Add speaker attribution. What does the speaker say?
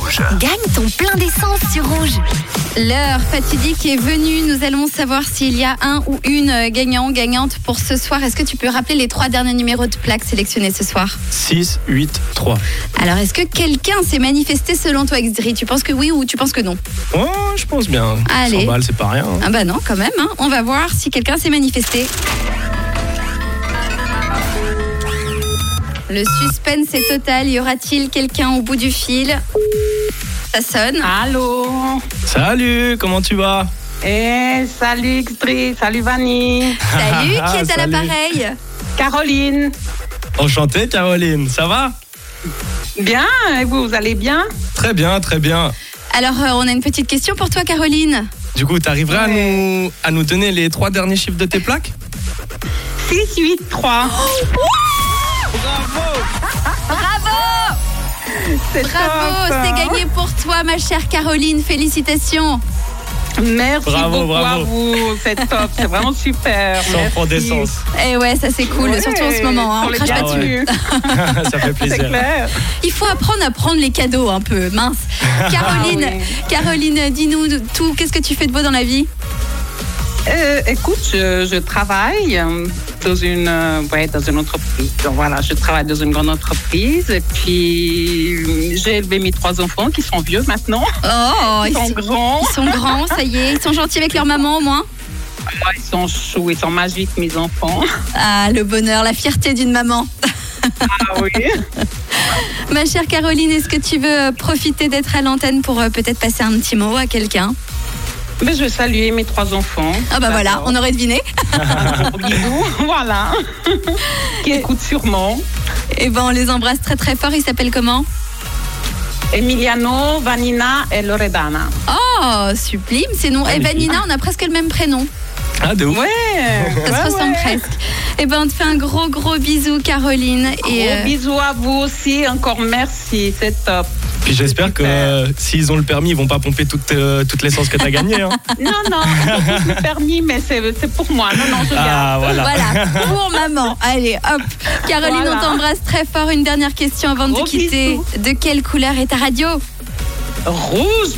Speaker 1: Rouge.
Speaker 2: Gagne ton plein d'essence sur Rouge. L'heure fatidique est venue. Nous allons savoir s'il y a un ou une gagnant gagnante pour ce soir. Est-ce que tu peux rappeler les trois derniers numéros de plaques sélectionnés ce soir
Speaker 1: 6, 8, 3.
Speaker 2: Alors, est-ce que quelqu'un s'est manifesté selon toi, Xdri Tu penses que oui ou tu penses que non
Speaker 1: Ouais, je pense bien.
Speaker 2: Allez.
Speaker 1: 100 balles, c'est pas rien. hein.
Speaker 2: Ah bah non, quand même. hein. On va voir si quelqu'un s'est manifesté. Le suspense est total. Y aura-t-il quelqu'un au bout du fil Ça sonne.
Speaker 3: Allô
Speaker 1: Salut, comment tu vas
Speaker 3: Eh, salut Xtri, salut Vanny,
Speaker 2: Salut, qui est à
Speaker 1: Salut.
Speaker 2: l'appareil
Speaker 3: Caroline.
Speaker 1: Enchantée, Caroline. Ça va
Speaker 3: Bien, et vous, vous allez bien
Speaker 1: Très bien, très bien.
Speaker 2: Alors, euh, on a une petite question pour toi, Caroline.
Speaker 1: Du coup, t'arriveras à, nous, à nous donner les trois derniers chiffres de tes plaques
Speaker 3: 6, 8, 3.
Speaker 1: Bravo
Speaker 2: Bravo
Speaker 3: C'est
Speaker 2: Bravo,
Speaker 3: top. hein.
Speaker 2: c'est gagné pour toi, ma chère Caroline. Félicitations.
Speaker 3: Merci
Speaker 1: Bravo,
Speaker 3: beaucoup
Speaker 1: bravo.
Speaker 3: à vous, c'est top, c'est vraiment super.
Speaker 1: Ça en prend
Speaker 3: Merci.
Speaker 1: d'essence.
Speaker 2: Eh ouais, ça c'est cool,
Speaker 3: Ouais,
Speaker 2: surtout en ce moment. hein.
Speaker 3: pour
Speaker 2: On
Speaker 3: les
Speaker 2: crache pas
Speaker 1: Ah ouais.
Speaker 2: dessus.
Speaker 3: bienvenus,
Speaker 1: Ça fait
Speaker 3: c'est
Speaker 1: plaisir.
Speaker 3: clair.
Speaker 2: Il faut apprendre à prendre les cadeaux un peu, mince. Caroline,
Speaker 3: Ah oui.
Speaker 2: Caroline, dis-nous de- tout. Qu'est-ce que tu fais de beau dans la vie
Speaker 3: Euh, écoute, je, je travaille euh, dans une, euh, ouais, dans une entreprise. Donc, voilà, je travaille dans une grande entreprise. Et puis, euh, j'ai élevé mes trois enfants qui sont vieux maintenant,
Speaker 2: Oh, ils
Speaker 3: ils sont
Speaker 2: sont,
Speaker 3: grands.
Speaker 2: ils sont grands, ça y est. Ils sont gentils avec leur maman au moins.
Speaker 3: Ah, Ils sont chou, ils sont magiques, mes enfants.
Speaker 2: Ah, le bonheur, la fierté d'une maman.
Speaker 3: Ah oui.
Speaker 2: Ma chère Caroline, est-ce que tu veux euh, profiter d'être à l'antenne pour euh, peut-être passer un petit mot à quelqu'un
Speaker 3: Mais je veux saluer mes trois enfants.
Speaker 2: Ah bah voilà, on aurait deviné.
Speaker 3: Au bisou, voilà. qui écoutent sûrement.
Speaker 2: Et ben on les embrasse très très fort. Ils s'appellent comment
Speaker 3: Emiliano, Vanina et Loredana.
Speaker 2: Oh, sublime ces
Speaker 3: Ah,
Speaker 2: noms. Et
Speaker 1: Magnifique.
Speaker 2: Vanina, ben, on a presque le même prénom.
Speaker 1: Ah, de ouf.
Speaker 3: Ouais.
Speaker 2: Eh, Ça se
Speaker 3: ouais,
Speaker 2: ressemble
Speaker 3: ouais.
Speaker 2: presque. Et ben on te fait un gros gros bisou, Caroline. Et
Speaker 3: Gros
Speaker 2: euh,
Speaker 3: bisous à vous aussi. Encore merci. C'est top.
Speaker 1: Puis j'espère que euh, s'ils ont le permis, ils vont pas pomper toute, euh, toute l'essence que t'as gagnée. hein.
Speaker 3: Non, non, je me suis permis, mais c'est c'est pour moi. Non, non, je garde.
Speaker 1: Ah, voilà.
Speaker 2: Voilà, pour maman. Allez, hop. Caroline,
Speaker 3: Voilà.
Speaker 2: on t'embrasse très fort. Une dernière question avant de
Speaker 3: Gros
Speaker 2: te quitter. De quelle couleur est ta radio
Speaker 3: Rouge,